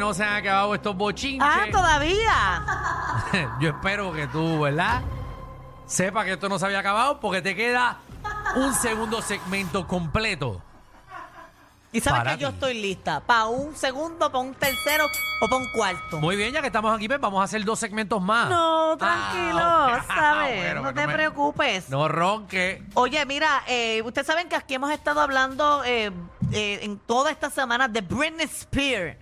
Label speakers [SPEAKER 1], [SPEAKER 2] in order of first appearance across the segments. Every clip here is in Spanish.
[SPEAKER 1] no se han acabado estos bochinches.
[SPEAKER 2] Ah, todavía.
[SPEAKER 1] Yo espero que tú, ¿verdad? Sepa que esto no se había acabado porque te queda un segundo segmento completo.
[SPEAKER 2] Y sabes
[SPEAKER 1] Para
[SPEAKER 2] que yo
[SPEAKER 1] ti.
[SPEAKER 2] estoy lista. Para un segundo, para un tercero o para un cuarto.
[SPEAKER 1] Muy bien, ya que estamos aquí, pues vamos a hacer dos segmentos más.
[SPEAKER 2] No, tranquilo,
[SPEAKER 1] Ah, ok.
[SPEAKER 2] ¿sabes?
[SPEAKER 1] Bueno,
[SPEAKER 2] no
[SPEAKER 1] que
[SPEAKER 2] te
[SPEAKER 1] me-
[SPEAKER 2] preocupes.
[SPEAKER 1] No ronque.
[SPEAKER 2] Oye, mira, eh, ustedes saben que aquí hemos estado hablando eh, eh, en toda esta semana de Britney Spears.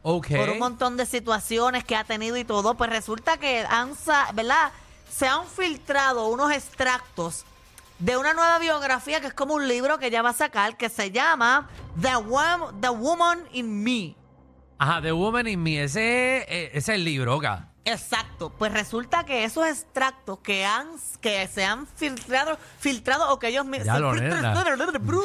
[SPEAKER 1] Ok.
[SPEAKER 2] por un montón de situaciones que ha tenido y todo, pues resulta que han, sa- ¿verdad? Se han filtrado unos extractos de una nueva biografía que es como un libro que ella va a sacar que se llama The, Wom- The Woman in Me.
[SPEAKER 1] Ajá, The Woman in Me. Ese, eh, ese es el libro, ok.
[SPEAKER 2] Exacto, pues resulta que esos extractos que han que se han filtrado filtrado o que ellos mismos
[SPEAKER 1] Ya lo nena.
[SPEAKER 2] bruta,
[SPEAKER 1] Muchacho, que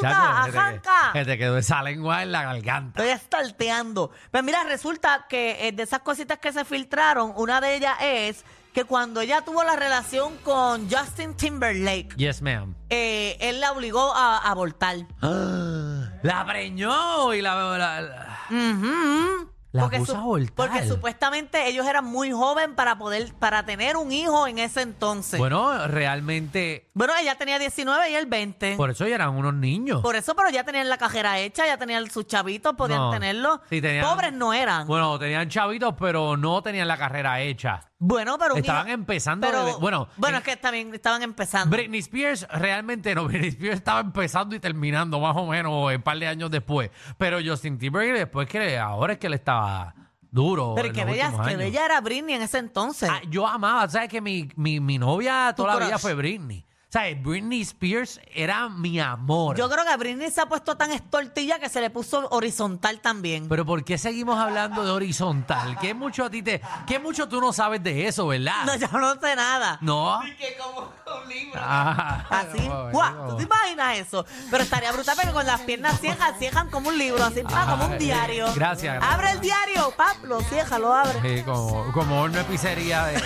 [SPEAKER 1] te-
[SPEAKER 2] ajanca.
[SPEAKER 1] Que te quedó esa lengua en la garganta.
[SPEAKER 2] Estoy estalteando. Pues mira, resulta que eh, de esas cositas que se filtraron, una de ellas es que cuando ella tuvo la relación con Justin Timberlake,
[SPEAKER 1] Yes, ma'am.
[SPEAKER 2] eh, él la obligó a, a abortar. Ah.
[SPEAKER 1] La preñó y la... la- la-
[SPEAKER 2] Ujú.
[SPEAKER 1] La puso a abortar.
[SPEAKER 2] Porque supuestamente ellos eran muy jóvenes para poder, para tener un hijo en ese entonces. Bueno,
[SPEAKER 1] Bueno, realmente...
[SPEAKER 2] ella tenía 19 y él 20. Por,
[SPEAKER 1] Por eso ya eran unos niños.
[SPEAKER 2] eso, pero ya tenían la cajera hecha, ya tenían sus chavitos, podían
[SPEAKER 1] No.
[SPEAKER 2] tenerlo.
[SPEAKER 1] Sí, tenían-
[SPEAKER 2] Pobres no eran. Bueno,
[SPEAKER 1] Bueno, tenían chavitos, pero no tenían la carrera hecha.
[SPEAKER 2] pero un
[SPEAKER 1] Estaban
[SPEAKER 2] hijo-
[SPEAKER 1] empezando de- bueno,
[SPEAKER 2] bueno,
[SPEAKER 1] en-
[SPEAKER 2] es que también estaban empezando.
[SPEAKER 1] Britney Spears realmente no. Britney Spears estaba empezando y terminando más o menos eh, un par de años después. Pero Justin Timberlake después que ahora es que le estaba duro.
[SPEAKER 2] Pero
[SPEAKER 1] en
[SPEAKER 2] que
[SPEAKER 1] los
[SPEAKER 2] bella,
[SPEAKER 1] últimos
[SPEAKER 2] que
[SPEAKER 1] años.
[SPEAKER 2] bella era Britney en ese entonces.
[SPEAKER 1] Ah, yo amaba, ¿sabes? Que mi, mi, mi novia
[SPEAKER 2] Tu
[SPEAKER 1] toda la vida
[SPEAKER 2] crush.
[SPEAKER 1] fue Britney. ¿Sabes? Britney Spears era mi amor.
[SPEAKER 2] Yo creo que Britney se ha puesto tan estortilla que se le puso horizontal también.
[SPEAKER 1] Pero ¿por qué seguimos hablando de horizontal? ¿Qué mucho a ti te. ¿Qué mucho tú no sabes de eso, verdad?
[SPEAKER 2] No, yo no sé nada.
[SPEAKER 1] No.
[SPEAKER 3] que como un libro.
[SPEAKER 1] Ah,
[SPEAKER 2] Así,
[SPEAKER 1] no,
[SPEAKER 2] ¡guau! ¿Tú
[SPEAKER 1] no.
[SPEAKER 2] te imaginas eso? Pero estaría brutal porque con las piernas ciejas, ciejan como un libro, así, pa,
[SPEAKER 1] Ah,
[SPEAKER 2] como un
[SPEAKER 1] eh,
[SPEAKER 2] diario.
[SPEAKER 1] gracias, gracias.
[SPEAKER 2] Abre el diario, Pablo, cieja, lo abre.
[SPEAKER 1] Sí, como, como horno de pizzería. De,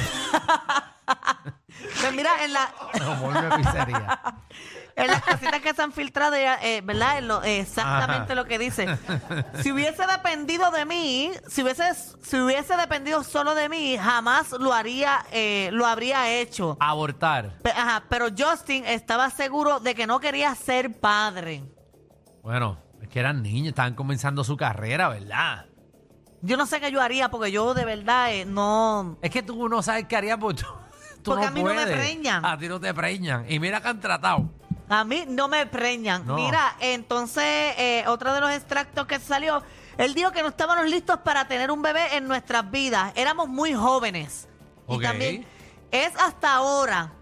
[SPEAKER 2] Pues mira, en, la,
[SPEAKER 1] como horno de pizzería.
[SPEAKER 2] en las cositas que se han filtrado, ella, eh, ¿verdad? En lo- eh, exactamente
[SPEAKER 1] Ajá.
[SPEAKER 2] lo que dice. Si hubiese dependido de mí, si hubiese, si hubiese dependido solo de mí, jamás lo haría, eh, lo habría hecho.
[SPEAKER 1] Abortar.
[SPEAKER 2] Pe- Ajá, pero Justin estaba seguro de que no quería ser padre.
[SPEAKER 1] Bueno, es que eran niños, estaban comenzando su carrera, ¿verdad?
[SPEAKER 2] Yo no sé qué yo haría porque yo de verdad eh, no...
[SPEAKER 1] Es que tú no sabes qué harías porque tú, tú
[SPEAKER 2] Porque
[SPEAKER 1] no
[SPEAKER 2] a mí no me
[SPEAKER 1] puedes.
[SPEAKER 2] preñan.
[SPEAKER 1] A ti no te preñan. Y mira que han tratado.
[SPEAKER 2] A mí no me preñan.
[SPEAKER 1] No.
[SPEAKER 2] Mira, entonces, eh, otro de los extractos que salió, él dijo que no estábamos listos para tener un bebé en nuestras vidas. Éramos muy jóvenes.
[SPEAKER 1] Ok.
[SPEAKER 2] Y también es hasta ahora.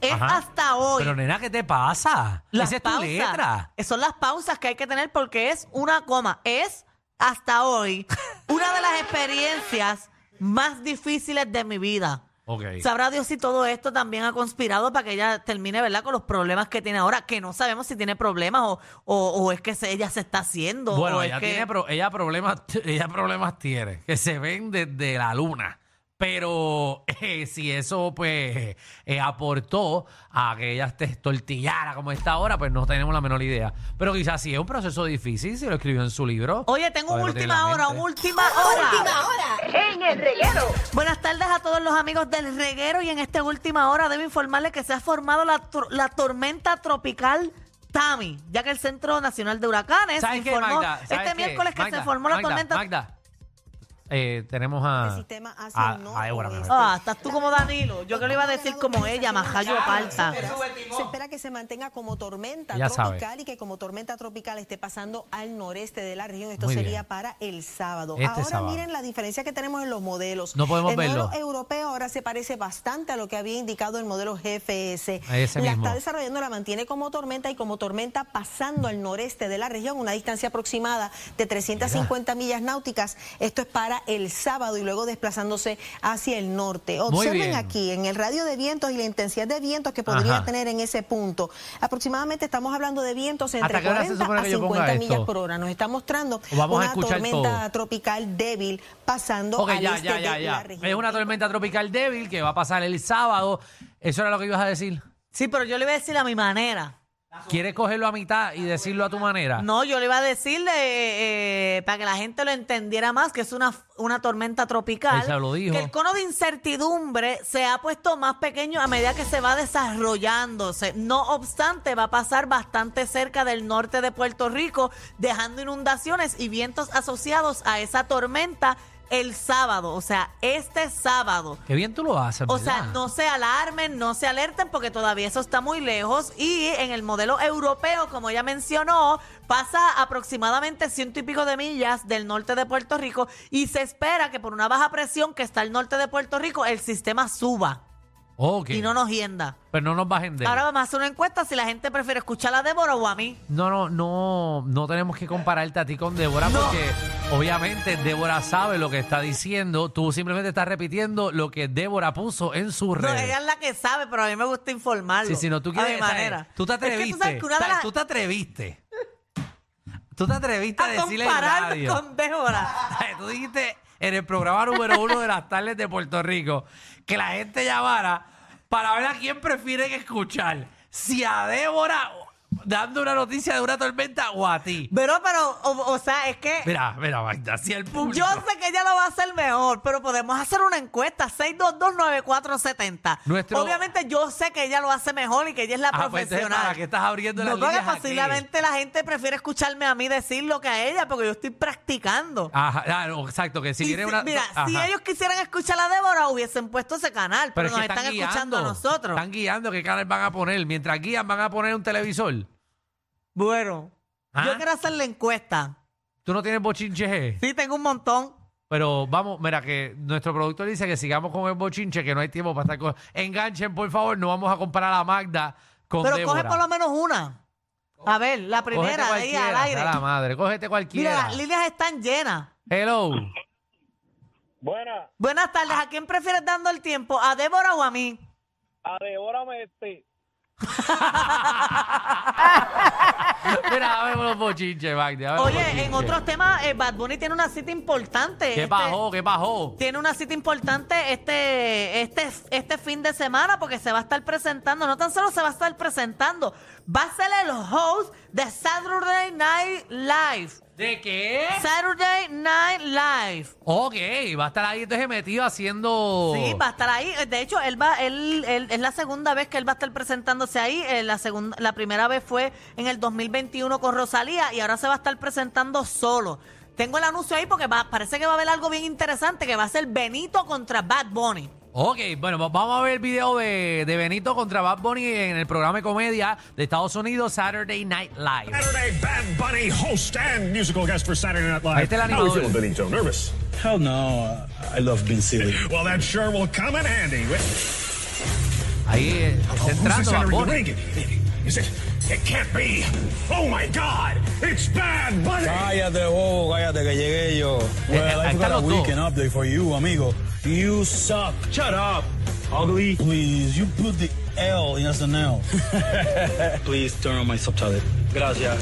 [SPEAKER 2] Es
[SPEAKER 1] Ajá.
[SPEAKER 2] hasta hoy.
[SPEAKER 1] Pero nena, ¿qué te pasa?
[SPEAKER 2] Las
[SPEAKER 1] Esa es tu
[SPEAKER 2] pausas.
[SPEAKER 1] letra.
[SPEAKER 2] Eh, Son las pausas que hay que tener porque es una coma. Es hasta hoy una de las experiencias más difíciles de mi vida.
[SPEAKER 1] Ok.
[SPEAKER 2] Sabrá Dios si todo esto también ha conspirado para que ella termine, ¿verdad? Con los problemas que tiene ahora, que no sabemos si tiene problemas o, o- o es que se- ella se está haciendo.
[SPEAKER 1] Bueno,
[SPEAKER 2] o es
[SPEAKER 1] ella,
[SPEAKER 2] que-
[SPEAKER 1] tiene pro- ella, problemas, ella problemas tiene, que se ven desde la luna. Pero eh, si eso pues eh, aportó a que ella esté estortillara como está ahora, pues no tenemos la menor idea. Pero quizás sí es un proceso difícil, si lo escribió en su libro.
[SPEAKER 2] Oye, tengo un
[SPEAKER 1] Todavía no tiene
[SPEAKER 2] última
[SPEAKER 1] la
[SPEAKER 2] hora, un
[SPEAKER 1] mente.
[SPEAKER 2] última hora.
[SPEAKER 3] En el reguero.
[SPEAKER 2] Buenas tardes a todos los amigos del reguero y en esta última hora debo informarles que se ha formado la, tor- la tormenta tropical Tami, ya que el Centro Nacional de Huracanes
[SPEAKER 1] ¿Sabes qué,
[SPEAKER 2] informó
[SPEAKER 1] Magda? ¿Sabes
[SPEAKER 2] este
[SPEAKER 1] qué?
[SPEAKER 2] miércoles que
[SPEAKER 1] Magda,
[SPEAKER 2] se formó la
[SPEAKER 1] Magda,
[SPEAKER 2] tormenta.
[SPEAKER 1] Magda, Eh, tenemos a.
[SPEAKER 4] El sistema hace
[SPEAKER 1] a,
[SPEAKER 4] no
[SPEAKER 1] a Débora,
[SPEAKER 4] o
[SPEAKER 1] mejor.
[SPEAKER 4] es.
[SPEAKER 2] Ah, estás tú como Danilo. Yo que lo iba a decir como ella, majayo palta.
[SPEAKER 4] Se espera- Se espera que se mantenga como tormenta
[SPEAKER 1] Ya sabe.
[SPEAKER 4] tropical y que como tormenta tropical esté pasando al noreste de la región. Esto
[SPEAKER 1] Muy bien.
[SPEAKER 4] sería para el sábado.
[SPEAKER 1] Este
[SPEAKER 4] ahora
[SPEAKER 1] sábado.
[SPEAKER 4] miren la diferencia que tenemos en los modelos.
[SPEAKER 1] No podemos
[SPEAKER 4] el
[SPEAKER 1] verlo.
[SPEAKER 4] modelo europeo ahora se parece bastante a lo que había indicado el modelo GFS.
[SPEAKER 1] A ese
[SPEAKER 4] la
[SPEAKER 1] mismo.
[SPEAKER 4] está desarrollando, la mantiene como tormenta y como tormenta pasando al noreste de la región, una distancia aproximada de 350 millas náuticas. Esto es para el sábado y luego desplazándose hacia el norte.
[SPEAKER 1] Muy
[SPEAKER 4] Observen
[SPEAKER 1] bien.
[SPEAKER 4] aquí en el radio de vientos y la intensidad de vientos que podría
[SPEAKER 1] Ajá.
[SPEAKER 4] tener en ese punto. Aproximadamente estamos hablando de vientos
[SPEAKER 1] ¿Hasta
[SPEAKER 4] entre
[SPEAKER 1] qué hora se
[SPEAKER 4] 40
[SPEAKER 1] supone
[SPEAKER 4] a
[SPEAKER 1] que yo ponga
[SPEAKER 4] 50 millas
[SPEAKER 1] esto?
[SPEAKER 4] por hora. Nos está mostrando
[SPEAKER 1] ¿O vamos a
[SPEAKER 4] una
[SPEAKER 1] escuchar
[SPEAKER 4] tormenta
[SPEAKER 1] todo?
[SPEAKER 4] tropical débil pasando
[SPEAKER 1] Ok,
[SPEAKER 4] al
[SPEAKER 1] ya,
[SPEAKER 4] este
[SPEAKER 1] ya, ya,
[SPEAKER 4] de
[SPEAKER 1] ya.
[SPEAKER 4] la región.
[SPEAKER 1] Es una tormenta tropical débil que va a pasar el sábado. Eso era lo que ibas a decir.
[SPEAKER 2] Sí, pero yo le iba a decir a mi manera.
[SPEAKER 1] ¿Quieres cogerlo a mitad y decirlo a tu manera?
[SPEAKER 2] No, yo le iba a decirle eh, eh, para que la gente lo entendiera más que es una, una tormenta tropical.
[SPEAKER 1] Ella lo dijo.
[SPEAKER 2] Que el cono de incertidumbre se ha puesto más pequeño a medida que se va desarrollándose. No obstante, va a pasar bastante cerca del norte de Puerto Rico, dejando inundaciones y vientos asociados a esa tormenta el sábado, o sea, este sábado.
[SPEAKER 1] Qué bien tú lo haces,
[SPEAKER 2] O sea,
[SPEAKER 1] ¿verdad?
[SPEAKER 2] no se alarmen, no se alerten porque todavía eso está muy lejos y en el modelo europeo, como ella mencionó, pasa aproximadamente ciento y pico de millas del norte de Puerto Rico y se espera que por una baja presión que está al norte de Puerto Rico el sistema suba
[SPEAKER 1] Ok.
[SPEAKER 2] y no nos hienda.
[SPEAKER 1] Pero no nos bajen de
[SPEAKER 2] Ahora vamos a hacer una encuesta si la gente prefiere escuchar a Débora o a mí.
[SPEAKER 1] No, no, no, no tenemos que compararte a ti con Débora porque obviamente Débora sabe lo que está diciendo. Tú simplemente estás repitiendo lo que Débora puso en su
[SPEAKER 2] No,
[SPEAKER 1] red.
[SPEAKER 2] ella es la que sabe, pero a mí me gusta informarlo.
[SPEAKER 1] Sí, sí, no, tú
[SPEAKER 2] A mi
[SPEAKER 1] quieres. ¿sabes?
[SPEAKER 2] manera.
[SPEAKER 1] Tú te
[SPEAKER 2] Es que tú
[SPEAKER 1] atreviste.
[SPEAKER 2] sabes que una de
[SPEAKER 1] ¿sabes?
[SPEAKER 2] las-
[SPEAKER 1] Tú te atreviste. Tú te atreviste a,
[SPEAKER 2] a
[SPEAKER 1] decirle en
[SPEAKER 2] compararme
[SPEAKER 1] radio.
[SPEAKER 2] con Débora.
[SPEAKER 1] ¿Sabes? Tú dijiste en el programa número uno de las tardes de Puerto Rico que la gente llamara para ver a quién prefieren escuchar. Si a Débora dando una noticia de una tormenta o a ti.
[SPEAKER 2] Pero, pero, o, o sea, es que
[SPEAKER 1] Mira, mira, Magda, si el público.
[SPEAKER 2] yo sé que ella lo va a hacer mejor, pero podemos hacer una encuesta, 6229470.
[SPEAKER 1] Nuestro-
[SPEAKER 2] Obviamente yo sé que ella lo hace mejor y que ella es la
[SPEAKER 1] Ah, pues entonces,
[SPEAKER 2] profesional.
[SPEAKER 1] ¿para qué estás abriendo las
[SPEAKER 2] no, porque
[SPEAKER 1] líneas aquí?
[SPEAKER 2] posiblemente la gente prefiere escucharme a mí decirlo que a ella, porque yo estoy practicando.
[SPEAKER 1] Ajá, ah, no, exacto, que si
[SPEAKER 2] Y
[SPEAKER 1] viene
[SPEAKER 2] si-
[SPEAKER 1] una.
[SPEAKER 2] mira, si
[SPEAKER 1] ajá.
[SPEAKER 2] ellos quisieran escuchar a Débora, hubiesen puesto ese canal, pero,
[SPEAKER 1] es
[SPEAKER 2] nos
[SPEAKER 1] que
[SPEAKER 2] están, escuchando a
[SPEAKER 1] guiando,
[SPEAKER 2] nosotros.
[SPEAKER 1] Están guiando qué canal van a poner. Mientras guían, van a poner un televisor.
[SPEAKER 2] Bueno,
[SPEAKER 1] ¿Ah?
[SPEAKER 2] yo quiero hacer la encuesta.
[SPEAKER 1] Tú no tienes bochinche.
[SPEAKER 2] Sí, tengo un montón.
[SPEAKER 1] Pero vamos, mira, que nuestro productor dice que sigamos con el bochinche, que no hay tiempo para estar con. Enganchen, por favor, no vamos a comparar a Magda con
[SPEAKER 2] Pero
[SPEAKER 1] Débora.
[SPEAKER 2] coge por lo menos una. A ver, la
[SPEAKER 1] Cógete
[SPEAKER 2] primera, de ahí al
[SPEAKER 1] cualquiera,
[SPEAKER 2] aire.
[SPEAKER 1] sea la madre, cógete
[SPEAKER 2] Mira,
[SPEAKER 1] cualquiera.
[SPEAKER 2] las líneas están llenas.
[SPEAKER 1] Hello.
[SPEAKER 5] Buena,
[SPEAKER 2] Buenas tardes, ¿a quién prefieres dando el tiempo? ¿A Débora o a mí?
[SPEAKER 5] adevórame este.
[SPEAKER 1] Mira, vamos los bochinches, Magda. a ver los
[SPEAKER 2] Oye,
[SPEAKER 1] bochinches.
[SPEAKER 2] en otros temas, eh, Bad Bunny tiene una cita importante.
[SPEAKER 1] ¿Qué
[SPEAKER 2] Este-
[SPEAKER 1] bajó? ¿Qué bajó?
[SPEAKER 2] Tiene una cita importante este, este, este fin de semana porque se va a estar presentando, no tan solo se va a estar presentando, va a ser el host de Saturday Night Live.
[SPEAKER 1] ¿De qué?
[SPEAKER 2] Saturday Night Live.
[SPEAKER 1] Ok, va a estar ahí entonces metido haciendo.
[SPEAKER 2] Sí, va a estar ahí. De hecho, él va, él, él- es la segunda vez que él va a estar presentándose ahí. Eh, la segunda, la primera vez fue en el 2021 con Rosalía y ahora se va a estar presentando solo. Tengo el anuncio ahí porque va- parece que va a haber algo bien interesante que va a ser Benito contra Bad Bunny.
[SPEAKER 1] Ok, bueno, va- vamos a ver el video de, de Benito contra Bad Bunny en el programa de comedia de Estados Unidos, Saturday Night Live.
[SPEAKER 6] Saturday, Bad Bunny, host and musical guest for Saturday Night
[SPEAKER 1] Ahí
[SPEAKER 6] Live.
[SPEAKER 1] está el
[SPEAKER 6] How are you
[SPEAKER 1] animador.
[SPEAKER 6] feeling, Benito? Nervous?
[SPEAKER 7] Hell no. I love being silly.
[SPEAKER 6] Well, that sure will come in handy. Wait-
[SPEAKER 1] Ahí eh,
[SPEAKER 6] Oh,
[SPEAKER 1] está
[SPEAKER 6] who's
[SPEAKER 1] entrando
[SPEAKER 6] this
[SPEAKER 1] Bad
[SPEAKER 6] entering the
[SPEAKER 1] Bunny.
[SPEAKER 6] ring? Is it? It can't be. Oh my God! It's Bad Bunny.
[SPEAKER 7] Cállate, bobo, cállate, que llegué yo. Well,
[SPEAKER 1] ahí
[SPEAKER 7] I
[SPEAKER 1] están
[SPEAKER 7] forgot a
[SPEAKER 1] los dos.
[SPEAKER 7] weekend update for you, amigo. You suck.
[SPEAKER 5] Shut up, ugly.
[SPEAKER 7] Please, you put the L in as an L. Please turn on my subtitle. Gracias.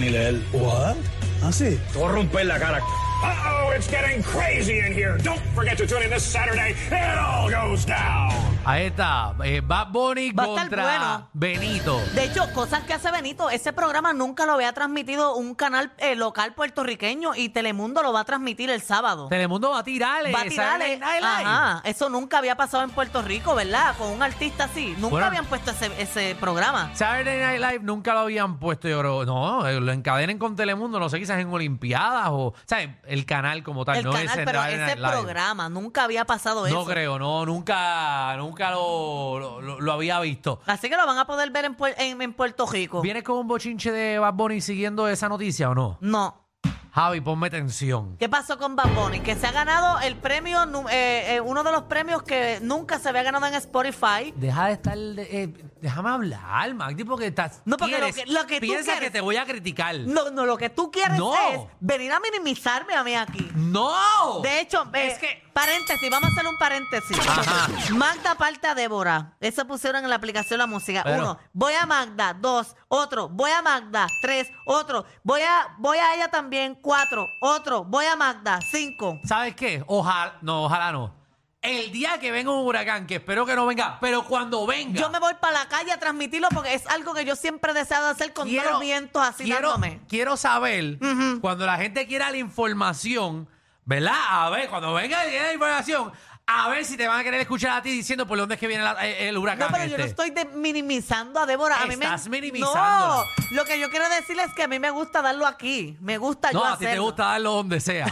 [SPEAKER 7] Ni leer. What? Ah, sí.
[SPEAKER 5] Te voy a romper la cara.
[SPEAKER 6] Uh-oh, it's getting crazy in here. Don't forget to tune in this Saturday. It all goes down.
[SPEAKER 1] Ahí está, eh, Bad Bunny
[SPEAKER 2] Va a estar
[SPEAKER 1] contra
[SPEAKER 2] bueno.
[SPEAKER 1] Benito.
[SPEAKER 2] De hecho, cosas que hace Benito, ese programa nunca lo había transmitido un canal eh, local puertorriqueño y Telemundo lo va a transmitir el sábado.
[SPEAKER 1] Telemundo va a tirar eh,
[SPEAKER 2] Va a tirar
[SPEAKER 1] Saturday
[SPEAKER 2] el-
[SPEAKER 1] Night Live.
[SPEAKER 2] Ajá, eso nunca había pasado en Puerto Rico, ¿verdad? Con un artista así. Nunca
[SPEAKER 1] Bueno.
[SPEAKER 2] habían puesto ese, ese programa.
[SPEAKER 1] Saturday Night Live nunca lo habían puesto, yo creo. No, eh, lo encadenen con Telemundo, no sé, quizás en Olimpiadas o. ¿Sabes? El canal como tal,
[SPEAKER 2] el
[SPEAKER 1] no
[SPEAKER 2] canal,
[SPEAKER 1] ese
[SPEAKER 2] pero
[SPEAKER 1] Saturday
[SPEAKER 2] ese
[SPEAKER 1] Night Live.
[SPEAKER 2] programa nunca había pasado
[SPEAKER 1] No
[SPEAKER 2] eso.
[SPEAKER 1] creo, no, nunca, nunca lo, lo- lo- lo había visto.
[SPEAKER 2] Así que lo van a poder ver en, Puer- en- en Puerto Rico.
[SPEAKER 1] ¿Vienes con un bochinche de Bad Bunny siguiendo esa noticia o no?
[SPEAKER 2] No.
[SPEAKER 1] Javi, ponme tensión.
[SPEAKER 2] ¿Qué pasó con Bad Bunny? Que se ha ganado el premio, nu- eh, eh, uno de los premios que nunca se había ganado en Spotify.
[SPEAKER 1] Deja de estar, eh, déjame hablar, Magdi, porque estás.
[SPEAKER 2] No, porque lo
[SPEAKER 1] quieres-
[SPEAKER 2] que- lo que tú
[SPEAKER 1] piensa que
[SPEAKER 2] quieres-
[SPEAKER 1] te voy a criticar.
[SPEAKER 2] No, no, lo que tú quieres
[SPEAKER 1] No.
[SPEAKER 2] es venir a minimizarme a mí aquí.
[SPEAKER 1] ¡No!
[SPEAKER 2] De hecho, eh, paréntesis, vamos a hacer un paréntesis.
[SPEAKER 1] Ajá.
[SPEAKER 2] Magda parte a Débora. Eso pusieron en la aplicación la música.
[SPEAKER 1] Pero-
[SPEAKER 2] Uno, voy a Magda. Dos, otro, voy a Magda. Tres, otro, voy a, voy a ella también. Cuatro, otro, voy a Magda. Cinco.
[SPEAKER 1] ¿Sabes qué? Ojalá, no, ojalá no. el día que venga un huracán, que espero que no venga, pero cuando venga.
[SPEAKER 2] Yo me voy para la calle a transmitirlo porque es algo que yo siempre he deseado hacer con todos los vientos así
[SPEAKER 1] quiero,
[SPEAKER 2] dándome.
[SPEAKER 1] quiero saber, cuando la gente quiera la información, ¿verdad? A ver, cuando venga y quiera la información, a ver si te van a querer escuchar a ti diciendo por dónde es que viene la- el
[SPEAKER 2] No,
[SPEAKER 1] huracán.
[SPEAKER 2] pero yo no
[SPEAKER 1] este.
[SPEAKER 2] estoy de- minimizando a Débora. A mí me-
[SPEAKER 1] Estás minimizándola.
[SPEAKER 2] No, lo que yo quiero decirles es que a mí me gusta darlo aquí. Me gusta
[SPEAKER 1] No,
[SPEAKER 2] yo
[SPEAKER 1] a ti te
[SPEAKER 2] hacerlo.
[SPEAKER 1] gusta darlo donde sea.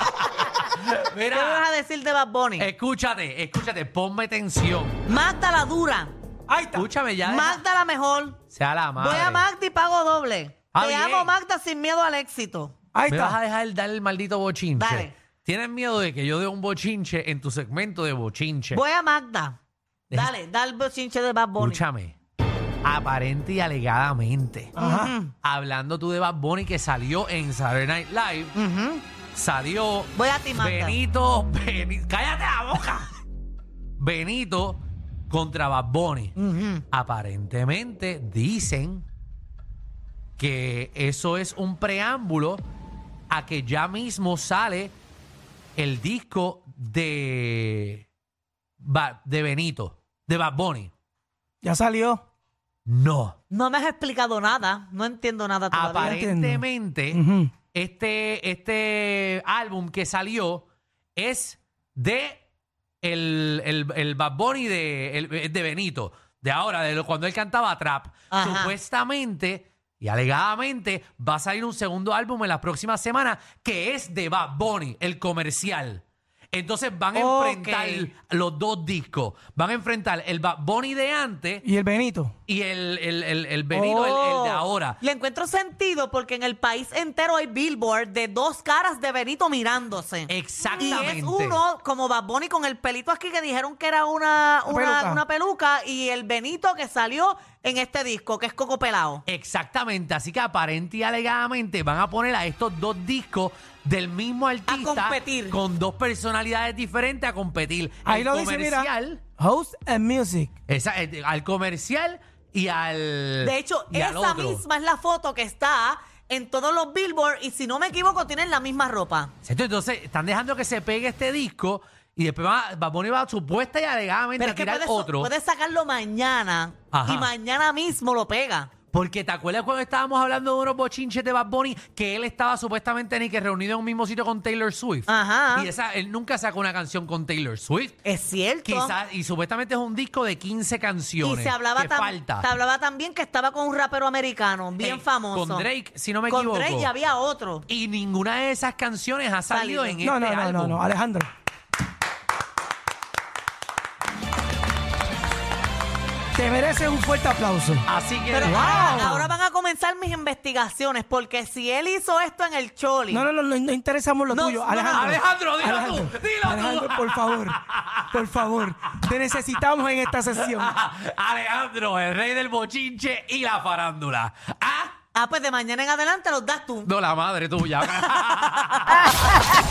[SPEAKER 2] ¿Qué me vas
[SPEAKER 1] Mira,
[SPEAKER 2] a decir de Bad Bunny?
[SPEAKER 1] escúchate, escúchate, ponme tensión.
[SPEAKER 2] Magda la dura.
[SPEAKER 1] Ahí está. Escúchame ya. deja-
[SPEAKER 2] Magda la mejor.
[SPEAKER 1] Sea la madre.
[SPEAKER 2] Voy a Magda y pago doble.
[SPEAKER 1] Ah,
[SPEAKER 2] te
[SPEAKER 1] bien.
[SPEAKER 2] amo, Magda, sin miedo al éxito.
[SPEAKER 1] Ahí Me vas a dejar dar el maldito bochinche.
[SPEAKER 2] Dale.
[SPEAKER 1] Tienes miedo de que yo dé un bochinche en tu segmento de bochinche.
[SPEAKER 2] Voy a Magda.
[SPEAKER 1] Deja-
[SPEAKER 2] Dale, da el bochinche de Bad Bunny.
[SPEAKER 1] Escúchame. Aparente y alegadamente.
[SPEAKER 2] Ujú,
[SPEAKER 1] Hablando tú de Bad Bunny que salió en Saturday Night Live,
[SPEAKER 2] ujú.
[SPEAKER 1] salió
[SPEAKER 2] Voy a ti, Magda.
[SPEAKER 1] Benito, Beni- cállate la boca. Benito contra Bad Bunny.
[SPEAKER 2] Ujú.
[SPEAKER 1] Aparentemente dicen que eso es un preámbulo a que ya mismo sale el disco de Ba- de Benito, de Bad Bunny.
[SPEAKER 8] Ya salió.
[SPEAKER 1] No.
[SPEAKER 2] No me has explicado nada. No entiendo nada todavía.
[SPEAKER 1] Aparentemente,
[SPEAKER 8] Ujú.
[SPEAKER 1] este, este álbum que salió es de el, el, el Bad Bunny de, el- es de Benito, de ahora, de lo- cuando él cantaba Trap.
[SPEAKER 2] Ajá.
[SPEAKER 1] Supuestamente y alegadamente va a salir un segundo álbum en las próximas semanas que es de Bad Bunny, el comercial. Entonces van a
[SPEAKER 8] Ok.
[SPEAKER 1] enfrentar los dos discos. Van a enfrentar el Bad Bunny de antes
[SPEAKER 8] Y el Benito.
[SPEAKER 1] y el, el, el, el Benito, el- el
[SPEAKER 2] Oh.
[SPEAKER 1] de ahora.
[SPEAKER 2] Le encuentro sentido porque en el país entero hay billboard de dos caras de Benito mirándose. Y
[SPEAKER 1] Exactamente.
[SPEAKER 2] es uno como Bad Bunny con el pelito aquí que dijeron que era una, una,
[SPEAKER 8] Una
[SPEAKER 2] peluca.
[SPEAKER 8] peluca.
[SPEAKER 2] una peluca y el Benito que salió en este disco, que es Coco Pelao.
[SPEAKER 1] Exactamente. Así que aparente y alegadamente van a poner a estos dos discos del mismo artista.
[SPEAKER 2] competir.
[SPEAKER 1] Con dos personalidades diferentes a competir.
[SPEAKER 8] Ahí
[SPEAKER 1] El
[SPEAKER 8] lo dice,
[SPEAKER 1] comercial,
[SPEAKER 8] mira. Host and Music.
[SPEAKER 1] esa- eh, al comercial y al.
[SPEAKER 2] De hecho,
[SPEAKER 1] y al
[SPEAKER 2] esa
[SPEAKER 1] otro.
[SPEAKER 2] misma es la foto que está en todos los billboard y si no me equivoco tienen la misma ropa.
[SPEAKER 1] Exacto, Entonces, están dejando que se pegue este disco y después va, va a poner va supuesta y alegadamente
[SPEAKER 2] Pero
[SPEAKER 1] a
[SPEAKER 2] es que
[SPEAKER 1] tirar
[SPEAKER 2] puedes,
[SPEAKER 1] otro.
[SPEAKER 2] puedes sacarlo mañana
[SPEAKER 1] Ajá.
[SPEAKER 2] y mañana mismo lo pega.
[SPEAKER 1] Porque te acuerdas cuando estábamos hablando de unos bochinches de Bad Bunny que él estaba supuestamente ni que reunido en un mismo sitio con Taylor Swift.
[SPEAKER 2] Ajá.
[SPEAKER 1] Y esa, él nunca sacó una canción con Taylor Swift.
[SPEAKER 2] Es cierto.
[SPEAKER 1] Quizás, y supuestamente es un disco de 15
[SPEAKER 2] Y
[SPEAKER 1] canciones.
[SPEAKER 2] se hablaba,
[SPEAKER 1] que
[SPEAKER 2] tam-
[SPEAKER 1] falta.
[SPEAKER 2] se hablaba también que estaba con un rapero americano, bien
[SPEAKER 1] Eh,
[SPEAKER 2] famoso.
[SPEAKER 1] Con Drake, si no me
[SPEAKER 2] Con
[SPEAKER 1] equivoco.
[SPEAKER 2] Drake y había otro.
[SPEAKER 1] Y ninguna de esas canciones ha salido en
[SPEAKER 8] no,
[SPEAKER 1] este
[SPEAKER 8] no, no,
[SPEAKER 1] álbum.
[SPEAKER 8] no, no, Alejandro. Te mereces un fuerte aplauso.
[SPEAKER 1] Así que
[SPEAKER 2] Pero
[SPEAKER 1] Wow.
[SPEAKER 2] ahora, ahora van a comenzar mis investigaciones, porque si él hizo esto en el Choli,
[SPEAKER 8] No, no, no, no, no interesamos lo
[SPEAKER 2] No,
[SPEAKER 8] tuyo.
[SPEAKER 2] no,
[SPEAKER 8] Alejandro.
[SPEAKER 1] Alejandro, dilo tú, dilo tú.
[SPEAKER 8] Alejandro, por favor. Por favor. Te necesitamos en esta sesión.
[SPEAKER 1] Alejandro, el rey del bochinche y la farándula. Ah,
[SPEAKER 2] ah, pues de mañana en adelante los das tú.
[SPEAKER 1] no, la madre tuya.